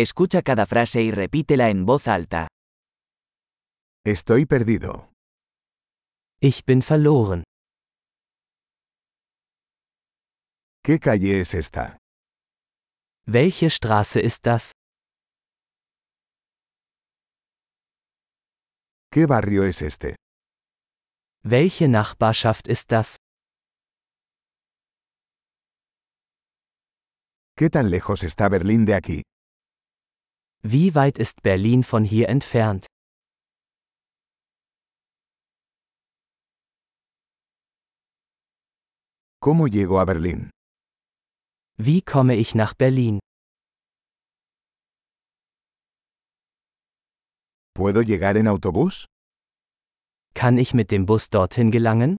Escucha cada frase y repítela en voz alta. Estoy perdido. Ich bin verloren. ¿Qué calle es esta? Welche Straße ist das? ¿Qué barrio es este? Welche Nachbarschaft ist das? ¿Qué tan lejos está Berlín de aquí? Wie weit ist Berlin von hier entfernt? ¿Cómo llego a Berlín? Wie komme ich nach Berlin? ¿Puedo llegar en autobús? Kann ich mit dem Bus dorthin gelangen?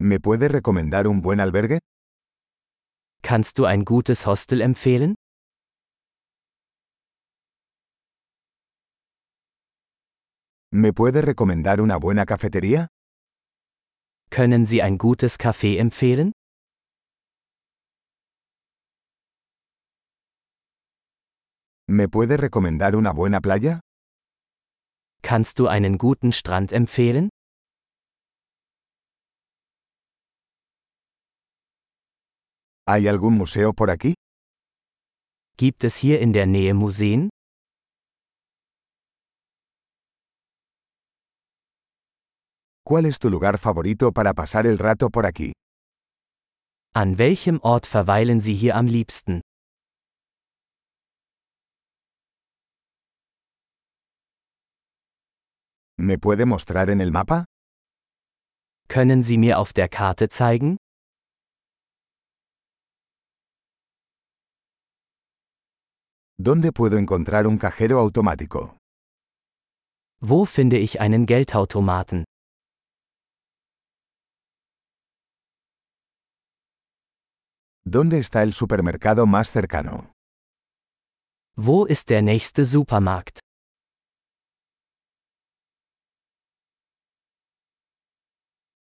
¿Me puede recomendar un buen albergue? Kannst du ein gutes Hostel empfehlen? ¿Me puede recomendar una buena cafetería? Können Sie ein gutes Café empfehlen? ¿Me puede recomendar una buena playa? Kannst du einen guten Strand empfehlen? ¿Hay algún museo por aquí? Gibt es hier in der Nähe Museen? ¿Cuál es tu lugar favorito para pasar el rato por aquí? An welchem Ort verweilen Sie hier am liebsten? ¿Me puede mostrar en el mapa? Können Sie mir auf der Karte zeigen? ¿Dónde puedo encontrar un cajero automático? Wo finde ich einen Geldautomaten? ¿Dónde está el supermercado más cercano? Wo ist der nächste Supermarkt?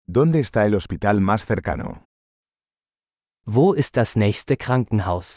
¿Dónde está el hospital más cercano? Wo ist das nächste Krankenhaus?